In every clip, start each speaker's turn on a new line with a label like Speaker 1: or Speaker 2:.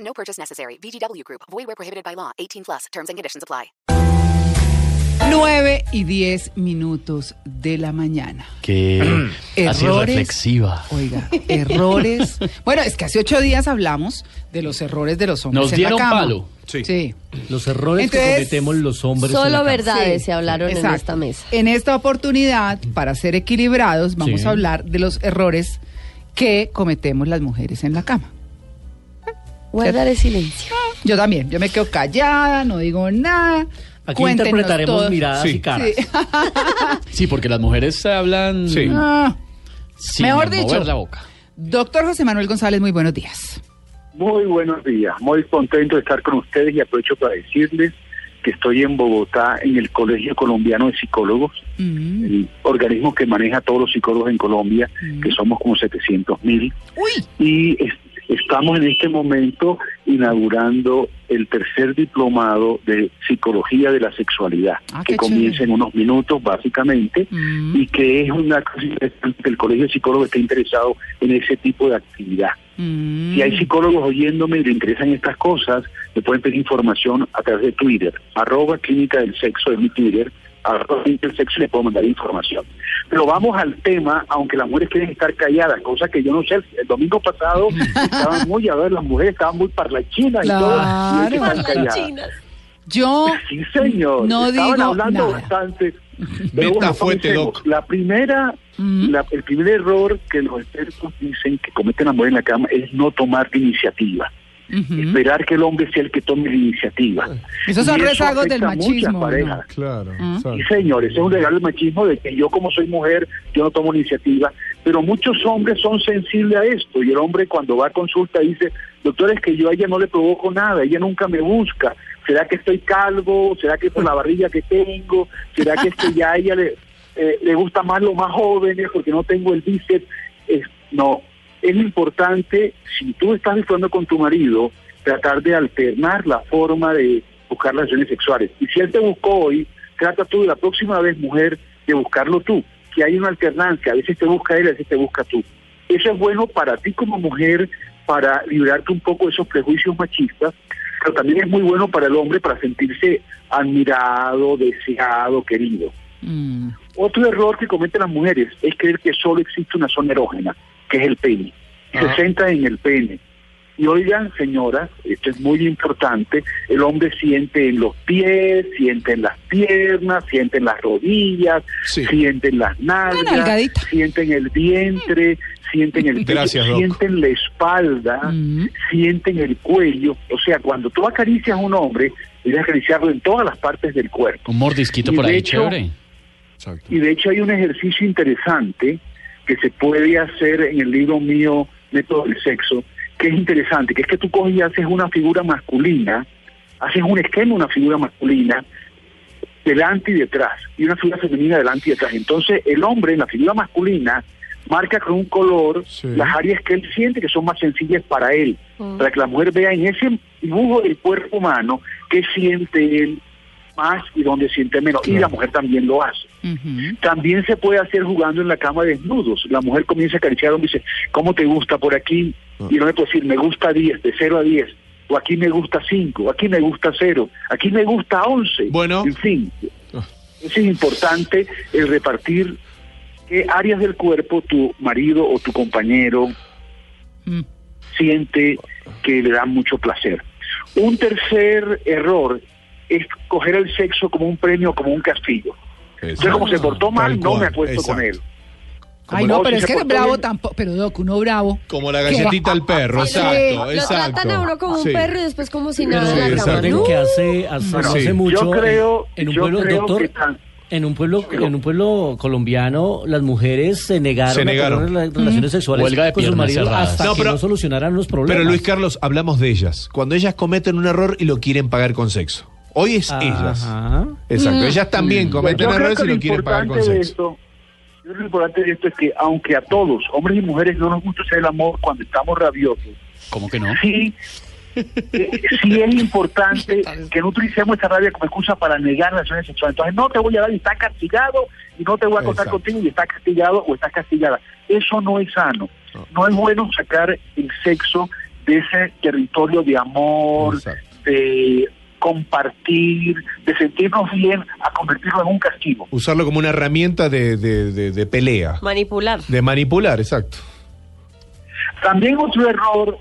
Speaker 1: No purchase necessary. VGW Group. Void where prohibited by law. 18 plus. Terms and conditions apply.
Speaker 2: 9 y 10 minutos de la mañana.
Speaker 3: que así
Speaker 2: Errores.
Speaker 3: reflexiva.
Speaker 2: Oiga, errores. Bueno, es que hace ocho días hablamos de los errores de los hombres
Speaker 3: Nos
Speaker 2: en
Speaker 3: dieron
Speaker 2: la cama.
Speaker 3: palo.
Speaker 2: Sí.
Speaker 4: Los errores
Speaker 2: Entonces,
Speaker 4: que cometemos los hombres. en la
Speaker 5: Solo
Speaker 4: cama.
Speaker 5: verdades
Speaker 2: Sí,
Speaker 5: se hablaron en
Speaker 2: exacto.
Speaker 5: esta mesa.
Speaker 2: En esta oportunidad, para ser equilibrados, vamos
Speaker 3: Sí.
Speaker 2: a hablar de los errores que cometemos las mujeres en la cama.
Speaker 5: Guardar el silencio.
Speaker 2: Yo también, yo me quedo callada, no digo nada.
Speaker 4: Aquí
Speaker 2: Cuéntenos
Speaker 4: interpretaremos
Speaker 2: todos.
Speaker 4: miradas
Speaker 3: Sí.
Speaker 4: y caras.
Speaker 2: Sí.
Speaker 3: Sí, porque las mujeres hablan
Speaker 2: Ah.
Speaker 3: sin
Speaker 2: Mejor
Speaker 3: mover
Speaker 2: dicho.
Speaker 3: la boca.
Speaker 2: Doctor José Manuel González, muy buenos días.
Speaker 6: Muy buenos días, muy contento de estar con ustedes y aprovecho para decirles que estoy en Bogotá en el Colegio Colombiano de Psicólogos,
Speaker 2: Mm.
Speaker 6: el organismo que maneja a todos los psicólogos en Colombia, que somos como 700 mil,
Speaker 2: Uy,
Speaker 6: y es- estamos en este momento inaugurando el tercer diplomado de psicología de la sexualidad,
Speaker 2: Ah, qué
Speaker 6: que comienza
Speaker 2: chévere.
Speaker 6: en unos minutos básicamente,
Speaker 2: Mm.
Speaker 6: y que es una cosa interesante, que el Colegio de Psicólogos está interesado en ese tipo de actividad.
Speaker 2: Mm.
Speaker 6: Si hay psicólogos oyéndome y le interesan estas cosas, me pueden pedir información a través de Twitter, arroba clínica del sexo de mi Twitter, arroba clínica del sexo y le puedo mandar información. Pero vamos al tema, aunque las mujeres quieren estar calladas, cosa que yo no sé, el domingo pasado estaban muy, a ver, las mujeres estaban muy parlachinas y todo, y es que
Speaker 2: Claro.
Speaker 6: están calladas.
Speaker 2: Yo
Speaker 6: Sí, señor.
Speaker 2: no
Speaker 6: Estaban
Speaker 2: digo
Speaker 6: hablando
Speaker 2: nada.
Speaker 6: bastante. Pero bueno, comencemos. La primera, la- el primer error que los expertos dicen que cometen las mujeres en la cama es no tomar iniciativa.
Speaker 2: Ujú.
Speaker 6: Esperar que el hombre sea el que tome la iniciativa.
Speaker 2: Esos son
Speaker 6: Y eso
Speaker 2: rezagos del
Speaker 6: afecta a muchas
Speaker 2: machismo. ¿no?
Speaker 6: parejas.
Speaker 7: Claro,
Speaker 2: Ah.
Speaker 7: exacto.
Speaker 6: Sí, señor, ese es un regalo del machismo de que yo como soy mujer, yo no tomo iniciativa, pero muchos hombres son sensibles a esto y el hombre cuando va a consulta dice, doctor, es que yo a ella no le provoco nada, ella nunca me busca, ¿será que estoy calvo? ¿Será que por la barriga que tengo? ¿Será que es que ya a ella le, eh, le gusta más los más jóvenes porque no tengo el bíceps? Es- no, es importante, si tú estás disfrutando con tu marido, tratar de alternar la forma de buscar las relaciones sexuales. Y si él te buscó hoy, trata tú la próxima vez, mujer, de buscarlo tú. Que hay una alternancia, a veces te busca él, a veces te busca tú. Eso es bueno para ti como mujer, para librarte un poco de esos prejuicios machistas, pero también es muy bueno para el hombre para sentirse admirado, deseado, querido.
Speaker 2: Mm.
Speaker 6: Otro error que cometen las mujeres es creer que solo existe una zona erógena, que es el pene. Y Se centra en el pene. Y oigan, señoras, esto es muy importante, el hombre siente en los pies, siente en las piernas, siente en las rodillas, siente en las
Speaker 2: Una
Speaker 6: nalgas,
Speaker 2: nalgadita.
Speaker 6: siente en el vientre, siente en el pecho,
Speaker 7: Gracias, Doc.
Speaker 6: siente en la espalda,
Speaker 2: Mm.
Speaker 6: siente en el cuello. O sea, cuando tú acaricias a un hombre, debes acariciarlo en todas las partes del cuerpo.
Speaker 3: Un mordisquito
Speaker 6: Y
Speaker 3: por
Speaker 6: de
Speaker 3: ahí,
Speaker 6: hecho,
Speaker 3: chévere.
Speaker 7: exacto.
Speaker 6: Y de hecho hay un ejercicio interesante que se puede hacer en el libro mío, Método del Sexo, que es interesante, que es que tú coges y haces una figura masculina, haces un esquema, una figura masculina, delante y detrás, y una figura femenina delante y detrás. Entonces el hombre en la figura masculina marca con un color
Speaker 7: Sí.
Speaker 6: las áreas que él siente que son más sencillas para él, para que la mujer vea en ese dibujo del cuerpo humano qué siente él más y dónde siente menos. Y la mujer también lo hace.
Speaker 2: Ujú.
Speaker 6: También se puede hacer jugando en la cama desnudos. La mujer comienza a acariciar al hombre y dice, ¿cómo te gusta por aquí? Y no le puede decir, me gusta 10, de 0 a 10. O aquí me gusta 5, aquí me gusta 0, aquí me gusta 11.
Speaker 7: Bueno.
Speaker 6: En fin, es importante el repartir qué áreas del cuerpo tu marido o tu compañero
Speaker 2: Mm.
Speaker 6: siente que le da mucho placer. Un tercer error es coger el sexo como un premio, como un castigo. Yo como se portó mal,
Speaker 7: Tal
Speaker 6: no me
Speaker 7: cual,
Speaker 6: acuesto con él.
Speaker 7: exacto.
Speaker 2: Ay,
Speaker 6: la-
Speaker 2: no,
Speaker 6: o
Speaker 2: pero
Speaker 6: si
Speaker 2: es
Speaker 6: se
Speaker 2: que
Speaker 6: portó
Speaker 2: bravo
Speaker 6: bien.
Speaker 2: tampoco. Pero, Doc, uno bravo.
Speaker 7: Como la galletita al perro,
Speaker 2: Sí,
Speaker 7: exacto,
Speaker 5: lo
Speaker 7: exacto.
Speaker 5: tratan a uno como un
Speaker 7: Sí.
Speaker 5: perro y después como si nada
Speaker 7: Sí,
Speaker 5: en la cama.
Speaker 7: exacto.
Speaker 4: Recuerden
Speaker 5: No.
Speaker 4: que hace, hace, no
Speaker 6: Bueno,
Speaker 4: hace mucho eh,
Speaker 6: yo creo,
Speaker 4: en un
Speaker 6: yo
Speaker 4: pueblo,
Speaker 6: creo
Speaker 4: doctor,
Speaker 6: que tan-
Speaker 4: En un pueblo, en un pueblo colombiano, las mujeres se negaron,
Speaker 7: Se negaron.
Speaker 4: a tener rela- relaciones sexuales
Speaker 3: Huelga de
Speaker 4: con sus
Speaker 3: piernas
Speaker 4: maridos
Speaker 3: cerradas.
Speaker 4: hasta
Speaker 7: No,
Speaker 4: que
Speaker 7: pero-
Speaker 4: no solucionaran los problemas.
Speaker 7: Pero Luis Carlos, hablamos de ellas. Cuando ellas cometen un error y lo quieren pagar con sexo. Hoy es
Speaker 4: Ajá. Mm.
Speaker 7: ellas. Exacto. Ellas también cometen
Speaker 6: Yo creo
Speaker 7: errores
Speaker 6: que
Speaker 7: y
Speaker 6: lo
Speaker 7: lo quieren pagar
Speaker 6: importante
Speaker 7: con
Speaker 6: de
Speaker 7: sexo.
Speaker 6: esto, yo creo que lo importante de esto es que aunque a todos, hombres y mujeres, no nos gusta hacer el amor cuando estamos rabiosos,
Speaker 3: ¿Cómo que no?
Speaker 6: sí, eh, sí es importante que no utilicemos esta rabia como excusa para negar relaciones sexuales. Entonces, no te voy a dar y está castigado, y no te voy a contar
Speaker 7: Exacto.
Speaker 6: contigo y está castigado o estás castigada. Eso no es sano. No es bueno sacar el sexo de ese territorio de amor,
Speaker 7: Exacto.
Speaker 6: de compartir, de sentirnos bien, a convertirlo en un castigo.
Speaker 7: Usarlo como una herramienta de, de- de- de pelea.
Speaker 8: Manipular.
Speaker 7: De manipular, exacto.
Speaker 6: También otro error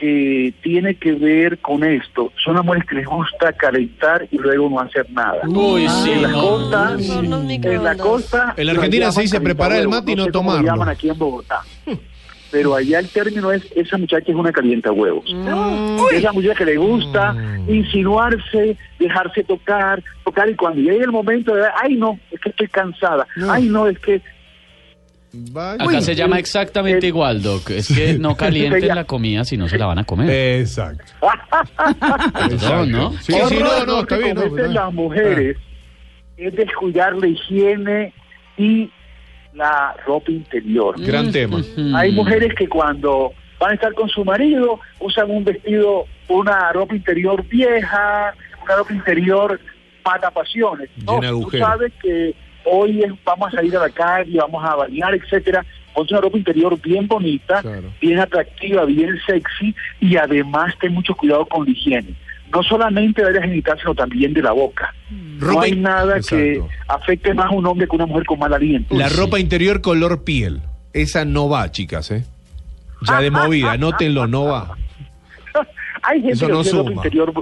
Speaker 6: que tiene que ver con esto son amores que les gusta calentar y luego no hacer nada.
Speaker 3: Uy, sí,
Speaker 6: en la
Speaker 3: no.
Speaker 6: costa,
Speaker 8: Ah, Son los
Speaker 6: en la
Speaker 8: microondas.
Speaker 6: costa.
Speaker 7: En la Argentina
Speaker 6: los
Speaker 7: se dice
Speaker 6: llaman
Speaker 7: preparar el
Speaker 6: calientahuevos,
Speaker 7: mate y no
Speaker 6: sé cómo lo
Speaker 7: tomarlo. Hmm.
Speaker 6: llaman aquí en Bogotá. Pero allá el término es esa muchacha es una calienta huevos.
Speaker 7: Mm.
Speaker 5: Mm.
Speaker 6: Esa muchacha que le gusta insinuarse, dejarse tocar, tocar y cuando llegue el momento de ay no, es que estoy cansada, ay no, es que
Speaker 7: Vaya.
Speaker 3: Acá se llama exactamente
Speaker 6: Eh,
Speaker 3: igual, Doc. Es que no calienten la comida si no se la van a comer.
Speaker 7: Exacto.
Speaker 6: ah,
Speaker 3: Perdón, ¿no?
Speaker 7: Eh, Sí,
Speaker 6: Otro
Speaker 7: sí, no,
Speaker 6: error
Speaker 7: no,
Speaker 6: que
Speaker 7: está bien. no,
Speaker 6: cometen
Speaker 7: está bien. Ah.
Speaker 6: las mujeres es descuidar la higiene y la ropa interior.
Speaker 7: Ah, gran tema.
Speaker 6: Hay mujeres que cuando van a estar con su marido usan un vestido, una ropa interior vieja, una ropa interior mata pasiones. No,
Speaker 7: Llena de
Speaker 6: tú
Speaker 7: agujeros.
Speaker 6: sabes que hoy es- vamos a salir a la calle, vamos a bailar, etcétera. Ponte una ropa interior bien bonita,
Speaker 7: Claro.
Speaker 6: bien atractiva, bien sexy y además ten mucho cuidado con la higiene. No solamente del área genital, sino también de la boca. No
Speaker 7: Ropa
Speaker 6: hay
Speaker 7: in-
Speaker 6: nada que
Speaker 7: Exacto.
Speaker 6: afecte más a un hombre que una mujer con mal aliento.
Speaker 7: La ropa interior color piel. Esa no va, chicas, ¿eh? Ya de movida, anótenlo, no va.
Speaker 6: hay gente
Speaker 7: Eso
Speaker 6: que
Speaker 7: no
Speaker 6: prefiere ropa
Speaker 7: suma.
Speaker 6: interior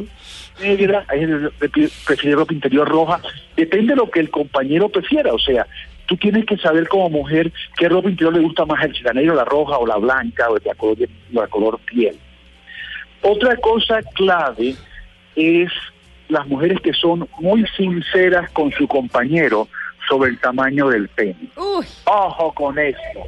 Speaker 6: negra, hay gente que prefi- prefiere ropa interior roja, depende de lo que el compañero prefiera, o sea, tú tienes que saber como mujer qué ropa interior le gusta más, el chilanero, la roja o la blanca o la color, la color piel. Otra cosa clave es las mujeres que son muy sinceras con su compañero sobre el tamaño del pene.
Speaker 8: Uy,
Speaker 6: Ojo con esto.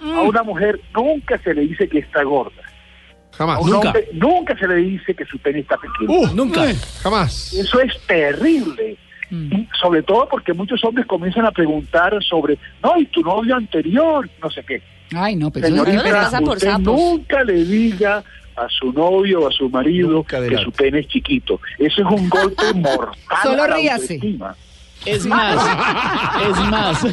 Speaker 6: A
Speaker 7: Mm.
Speaker 6: una mujer nunca se le dice que está gorda. A
Speaker 7: Jamás.
Speaker 6: un
Speaker 7: Nunca.
Speaker 6: hombre nunca se le dice que su pene está pequeño.
Speaker 7: Uh, nunca. Jamás.
Speaker 6: Eso es terrible.
Speaker 7: Mm.
Speaker 6: Y sobre todo porque muchos hombres comienzan a preguntar sobre, no, y tu novio anterior, no sé qué.
Speaker 2: Ay, no, pero
Speaker 8: Señor,
Speaker 2: eso es
Speaker 8: no le
Speaker 2: que-
Speaker 8: pasa por
Speaker 6: usted
Speaker 8: sapos.
Speaker 6: nunca le diga a su novio o a su marido
Speaker 7: Nunca
Speaker 6: que
Speaker 7: adelante.
Speaker 6: su pene es chiquito. Eso es un golpe mortal.
Speaker 2: Solo
Speaker 6: a la
Speaker 2: ríase.
Speaker 6: autoestima.
Speaker 3: Es más, es más.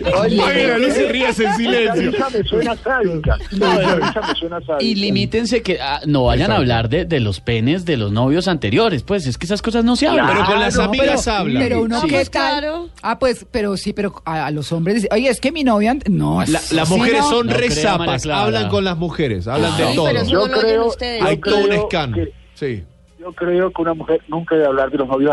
Speaker 7: Bueno, no se rías en
Speaker 6: La
Speaker 7: silencio.
Speaker 6: risa me suena sádica. La risa me suena sádica.
Speaker 3: Y limítense que ah, no vayan a
Speaker 7: Exacto.
Speaker 3: hablar de, de los penes de los novios anteriores, pues es que esas cosas no se hablan.
Speaker 7: Pero con las
Speaker 2: No,
Speaker 7: amigas
Speaker 2: pero-
Speaker 7: hablan.
Speaker 2: Pero uno
Speaker 3: Sí.
Speaker 2: qué
Speaker 3: Pues
Speaker 2: tal.
Speaker 8: claro.
Speaker 2: Ah, pues, pero sí, pero a, a los hombres dicen, oye, es que mi novia. ant- No,
Speaker 7: La-
Speaker 2: es-
Speaker 7: las
Speaker 2: sí,
Speaker 7: mujeres
Speaker 2: no.
Speaker 7: son
Speaker 3: No
Speaker 7: re
Speaker 3: crea, María
Speaker 7: zapas,
Speaker 3: Clara.
Speaker 7: hablan con las mujeres, hablan
Speaker 3: Ay,
Speaker 7: de todo.
Speaker 8: pero eso
Speaker 6: Yo
Speaker 8: no lo oyen
Speaker 6: creo
Speaker 8: ustedes.
Speaker 7: Hay
Speaker 6: yo
Speaker 7: todo un
Speaker 6: creo
Speaker 7: escándalo.
Speaker 6: que-
Speaker 7: Sí.
Speaker 6: Yo creo que una mujer nunca debe hablar de los novios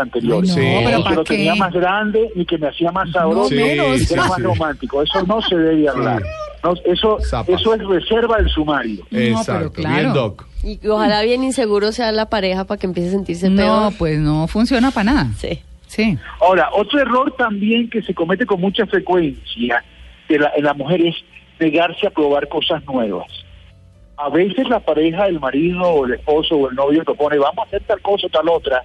Speaker 7: Ay,
Speaker 6: anteriores.
Speaker 7: no, Sí. pero
Speaker 6: Ni que
Speaker 2: ¿pa'
Speaker 6: lo tenía
Speaker 2: qué?
Speaker 6: más grande, ni que me hacía más sabroso,
Speaker 7: Sí,
Speaker 6: ni que
Speaker 7: sí,
Speaker 6: era más
Speaker 7: sí.
Speaker 6: romántico. Eso no se debe hablar.
Speaker 7: Sí.
Speaker 6: No, eso,
Speaker 7: Zapas.
Speaker 6: eso es reserva del sumario.
Speaker 2: pero
Speaker 7: Exacto.
Speaker 2: claro.
Speaker 7: Bien, Doc.
Speaker 8: y que ojalá bien inseguro sea la pareja para que empiece a sentirse
Speaker 2: No,
Speaker 8: peor.
Speaker 2: pues no funciona para nada.
Speaker 8: Sí.
Speaker 2: Sí.
Speaker 6: Ahora, otro error también que se comete con mucha frecuencia de la- en la mujer es negarse a probar cosas nuevas. A veces la pareja, el marido o el esposo o el novio propone, vamos a hacer tal cosa o tal otra.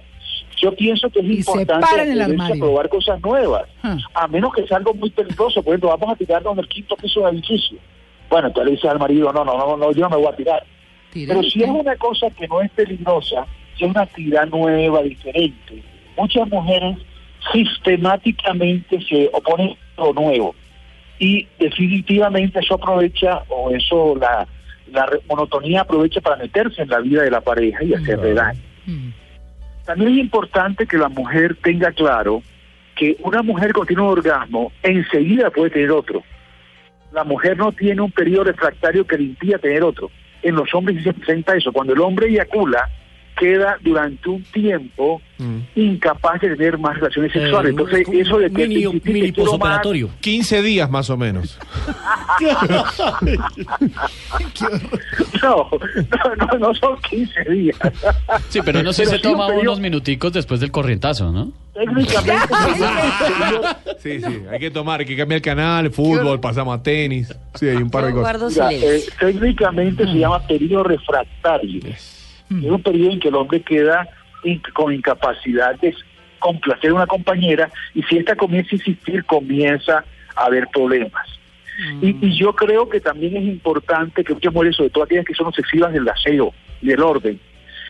Speaker 6: Yo pienso que es
Speaker 2: Y se
Speaker 6: importante
Speaker 2: para en el
Speaker 6: atreverse a
Speaker 2: armario.
Speaker 6: probar cosas nuevas,
Speaker 2: Ah.
Speaker 6: a menos que sea algo muy peligroso. Por ejemplo, vamos a tirarnos del quinto piso del edificio. Bueno, tú le dices al marido, no, no, no, no, yo no me voy a tirar.
Speaker 2: Tira.
Speaker 6: Pero si es una cosa que no es peligrosa, si es una actividad nueva, diferente, muchas mujeres sistemáticamente se oponen a lo nuevo. Y definitivamente eso aprovecha, o eso, la, la re- monotonía aprovecha para meterse en la vida de la pareja y hacerle daño.
Speaker 2: Mm.
Speaker 6: También es importante que la mujer tenga claro que una mujer cuando tiene un orgasmo enseguida puede tener otro. La mujer no tiene un periodo refractario que le impida tener otro. En los hombres sí se presenta eso. Cuando el hombre eyacula, queda durante un tiempo
Speaker 4: Mm.
Speaker 6: incapaz de tener más relaciones sexuales.
Speaker 4: Eh,
Speaker 6: Entonces, eso de que
Speaker 4: mini,
Speaker 6: si- si- si-
Speaker 4: mini
Speaker 6: te quiero más,
Speaker 4: posoperatorio.
Speaker 7: 15 días más o menos.
Speaker 6: No, no, no, no son 15 días.
Speaker 3: Sí, pero no sé
Speaker 6: Pero
Speaker 3: se
Speaker 6: sí,
Speaker 3: toma
Speaker 6: pero yo-
Speaker 3: unos minuticos después del corrientazo, ¿no?
Speaker 6: Técnicamente, señor,
Speaker 7: Sí, sí, hay que tomar, hay que cambiar el canal, fútbol, pasamos a tenis. Sí, hay un par de
Speaker 5: Yo
Speaker 7: cosas.
Speaker 5: guardo
Speaker 6: mira, eh,
Speaker 5: silencio.
Speaker 6: técnicamente
Speaker 2: Mm.
Speaker 6: se llama periodo refractario. Es un periodo en que el hombre queda in- con incapacidad de complacer a una compañera y si esta comienza a insistir, comienza a haber problemas. Y,
Speaker 2: Mm.
Speaker 6: y yo creo que también es importante que muchas mujeres, sobre todo aquellas que son obsesivas del aseo y del orden,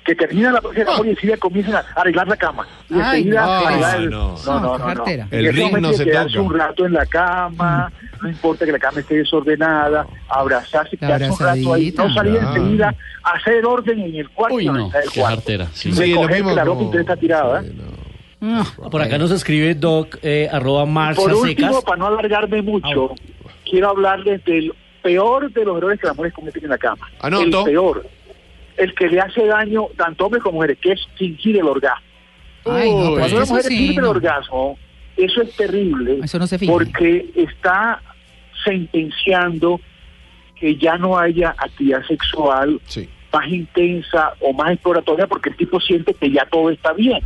Speaker 6: que terminan la proceso de amor y enseguida comienzan a arreglar la cama. Y
Speaker 2: Ay,
Speaker 6: enseguida
Speaker 2: no,
Speaker 7: no,
Speaker 6: arreglar el-
Speaker 7: no.
Speaker 6: no, no, no, no.
Speaker 2: Cartera.
Speaker 6: En
Speaker 7: El
Speaker 6: ese
Speaker 7: ring
Speaker 6: momento
Speaker 7: no
Speaker 6: de
Speaker 7: se
Speaker 6: quedarse
Speaker 7: toca.
Speaker 6: un rato en la cama, no importa que la cama esté desordenada, abrazarse, quedarse un rato ahí, no salir
Speaker 7: Abrazadita.
Speaker 6: enseguida, hacer orden en el cuarto.
Speaker 3: Uy,
Speaker 6: y
Speaker 3: no,
Speaker 6: organizar el
Speaker 3: qué
Speaker 6: cuarto.
Speaker 3: jartera, sí.
Speaker 6: Recoger
Speaker 7: Sí, lo
Speaker 6: que
Speaker 7: mismo
Speaker 6: la ropa
Speaker 7: como-
Speaker 6: usted está tirada. ¿eh?
Speaker 2: No.
Speaker 4: Ah, Por acá nos escribe Doc, eh, arroba Marcia
Speaker 6: Por último,
Speaker 4: Secas.
Speaker 6: para no alargarme mucho, quiero hablarles del peor de los errores que las mujeres cometen en la cama.
Speaker 7: Anoto.
Speaker 6: El peor. El que le hace daño tanto a hombres como mujeres, que es fingir el orgasmo.
Speaker 2: Ay, no,
Speaker 7: Uy.
Speaker 2: pues
Speaker 6: Cuando una
Speaker 2: eso
Speaker 6: mujer
Speaker 2: sí.
Speaker 6: finge el
Speaker 2: no.
Speaker 6: orgasmo, eso es terrible.
Speaker 2: Eso no se finge.
Speaker 6: Porque está sentenciando que ya no haya actividad sexual
Speaker 7: Sí.
Speaker 6: más intensa o más exploratoria porque el tipo siente que ya todo está bien.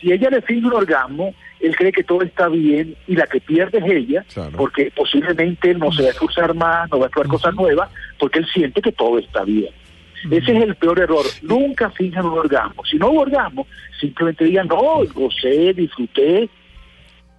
Speaker 6: Si ella le finge un orgasmo, él cree que todo está bien y la que pierde es ella,
Speaker 7: Claro.
Speaker 6: porque posiblemente él no se va a esforzar más, no va a explorar cosas nuevas, porque él siente que todo está bien. Ese es el peor error. Nunca finjan un orgasmo. Si no hubo orgasmo, simplemente digan, no, gocé, disfruté,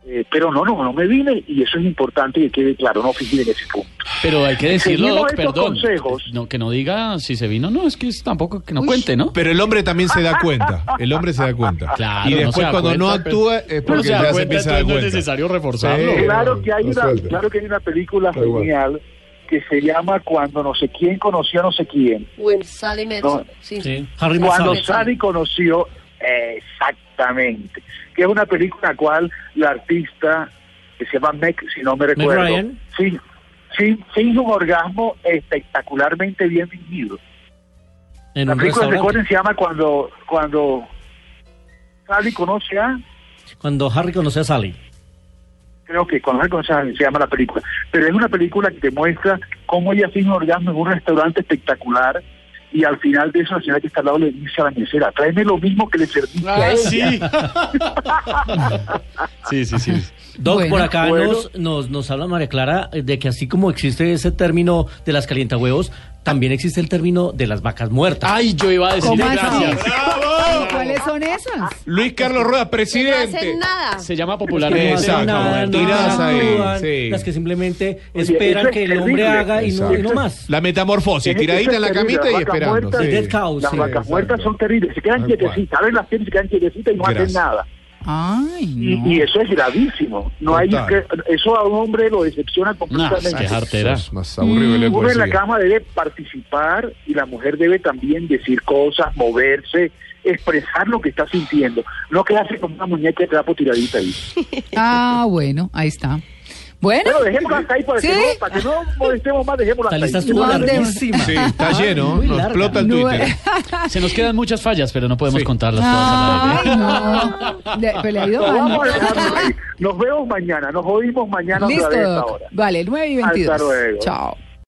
Speaker 6: eh, pero no, no, no me vine. Y eso es importante que quede claro, no fingir en ese punto.
Speaker 3: Pero hay que decirlo,
Speaker 6: Seguimos
Speaker 3: Doc,
Speaker 6: estos
Speaker 3: perdón.
Speaker 6: consejos.
Speaker 3: No, que no diga si se vino, no, es que es tampoco que no
Speaker 2: Uy.
Speaker 3: cuente, ¿no?
Speaker 7: Pero el hombre también se da cuenta. El hombre se da cuenta.
Speaker 3: Claro,
Speaker 7: y
Speaker 3: no
Speaker 7: después
Speaker 3: se da
Speaker 7: cuando no
Speaker 3: cuenta,
Speaker 7: actúa es
Speaker 3: Pero
Speaker 7: porque
Speaker 3: se
Speaker 7: ya
Speaker 3: da
Speaker 7: se
Speaker 3: cuenta,
Speaker 7: empieza a dar
Speaker 3: entonces no es
Speaker 7: cuenta.
Speaker 3: necesario reforzarlo.
Speaker 7: Sí.
Speaker 6: Claro que hay
Speaker 7: lo
Speaker 6: una,
Speaker 7: suelta.
Speaker 6: claro que hay una película
Speaker 7: Da igual.
Speaker 6: genial que se llama Cuando no sé quién conoció a no sé quién.
Speaker 8: Bueno, Sally Manson.
Speaker 6: No.
Speaker 8: Sí.
Speaker 4: Sí, Harry
Speaker 6: Cuando
Speaker 4: Manson.
Speaker 6: Sally conoció eh, exactamente, que es una película en la cual la artista que se llama Meg, si no me recuerdo,
Speaker 4: Ryan?
Speaker 6: sí, sí, finge un orgasmo espectacularmente bien vivido.
Speaker 4: En
Speaker 6: La
Speaker 4: un
Speaker 6: película, recuerden,
Speaker 4: restaurante.
Speaker 6: se llama Cuando cuando Sally conoce a
Speaker 4: Cuando Harry conoce a Sally.
Speaker 6: creo que con González se llama la película, pero es una película que te muestra cómo ella finge un orgasmo en un restaurante espectacular y al final de eso la señora que está al lado le dice a la mesera, tráeme lo mismo que le serviste
Speaker 2: Ah,
Speaker 6: a ella.
Speaker 3: sí. sí, sí, sí.
Speaker 4: Doc,
Speaker 2: Bueno.
Speaker 4: por acá
Speaker 6: Bueno.
Speaker 4: nos, nos, nos habla María Clara eh, de que así como existe ese término de las calientahuevos, también existe el término de las vacas muertas.
Speaker 7: Ah,
Speaker 3: Ay, yo iba a decir
Speaker 2: ¿Cómo así?
Speaker 3: gracias.
Speaker 7: ¡Bravo!
Speaker 2: ¿Cuáles son esas?
Speaker 7: Luis Carlos Rueda,
Speaker 8: Que no
Speaker 7: presidente.
Speaker 8: hacen nada.
Speaker 3: Se llama
Speaker 4: Que no hacen
Speaker 3: popularmente
Speaker 7: Exacto.
Speaker 3: vaca
Speaker 4: nada, no
Speaker 3: muerta.
Speaker 7: Tirás ahí,
Speaker 4: actúan,
Speaker 7: sí.
Speaker 4: Las que simplemente esperan
Speaker 6: eso es
Speaker 4: que el hombre
Speaker 6: terrible.
Speaker 4: haga y no, y no más.
Speaker 7: La metamorfosis,
Speaker 6: Es que
Speaker 7: tiradita en la
Speaker 6: eso es terrible,
Speaker 7: camita y
Speaker 6: las vacas
Speaker 7: esperando.
Speaker 6: muertas-
Speaker 7: sí.
Speaker 4: Dead cow,
Speaker 6: Las
Speaker 4: sí.
Speaker 6: vacas muertas
Speaker 7: exacto.
Speaker 6: son terribles, se quedan
Speaker 7: Tal cual.
Speaker 6: quietecitas, abren las piernas y se quedan quietecitas y no
Speaker 7: Gracias.
Speaker 6: hacen nada.
Speaker 2: Ay,
Speaker 6: Y,
Speaker 2: no.
Speaker 6: y eso es gravísimo. No hay
Speaker 7: Total.
Speaker 6: que- eso a un hombre lo decepciona
Speaker 3: Nah, es que
Speaker 6: completamente.
Speaker 3: jartera.
Speaker 7: Sos más aburrido que la
Speaker 6: Uno en la
Speaker 7: poesía.
Speaker 6: cama debe participar y la mujer debe también decir cosas, moverse, expresar lo que está sintiendo. No quedarse con una muñeca de trapo tiradita ahí.
Speaker 2: Ah, bueno, ahí está. Bueno,
Speaker 6: Bueno, dejémoslo hasta ahí para,
Speaker 2: ¿Sí?
Speaker 6: que, no, para que no molestemos más, dejémoslo
Speaker 4: La
Speaker 6: hasta
Speaker 4: lista
Speaker 6: ahí.
Speaker 4: estuvo
Speaker 2: No, de-
Speaker 4: larguísima.
Speaker 7: Sí, está
Speaker 4: Ay,
Speaker 7: lleno,
Speaker 4: muy
Speaker 7: nos
Speaker 4: larga.
Speaker 7: explota el
Speaker 2: No, eh,
Speaker 7: Twitter.
Speaker 3: Se nos quedan muchas fallas, pero no podemos
Speaker 7: Sí.
Speaker 3: contarlas todas a la vez.
Speaker 2: ay, no. Le, pues le ha ido
Speaker 6: No, vamos a
Speaker 2: mal.
Speaker 6: dejarlo ahí. Nos vemos mañana, nos oímos mañana otra
Speaker 2: Listo,
Speaker 6: vez a esta
Speaker 2: Doc.
Speaker 6: hora.
Speaker 2: Vale, 9 y
Speaker 6: Hasta
Speaker 2: 22.
Speaker 6: luego.
Speaker 2: Chao.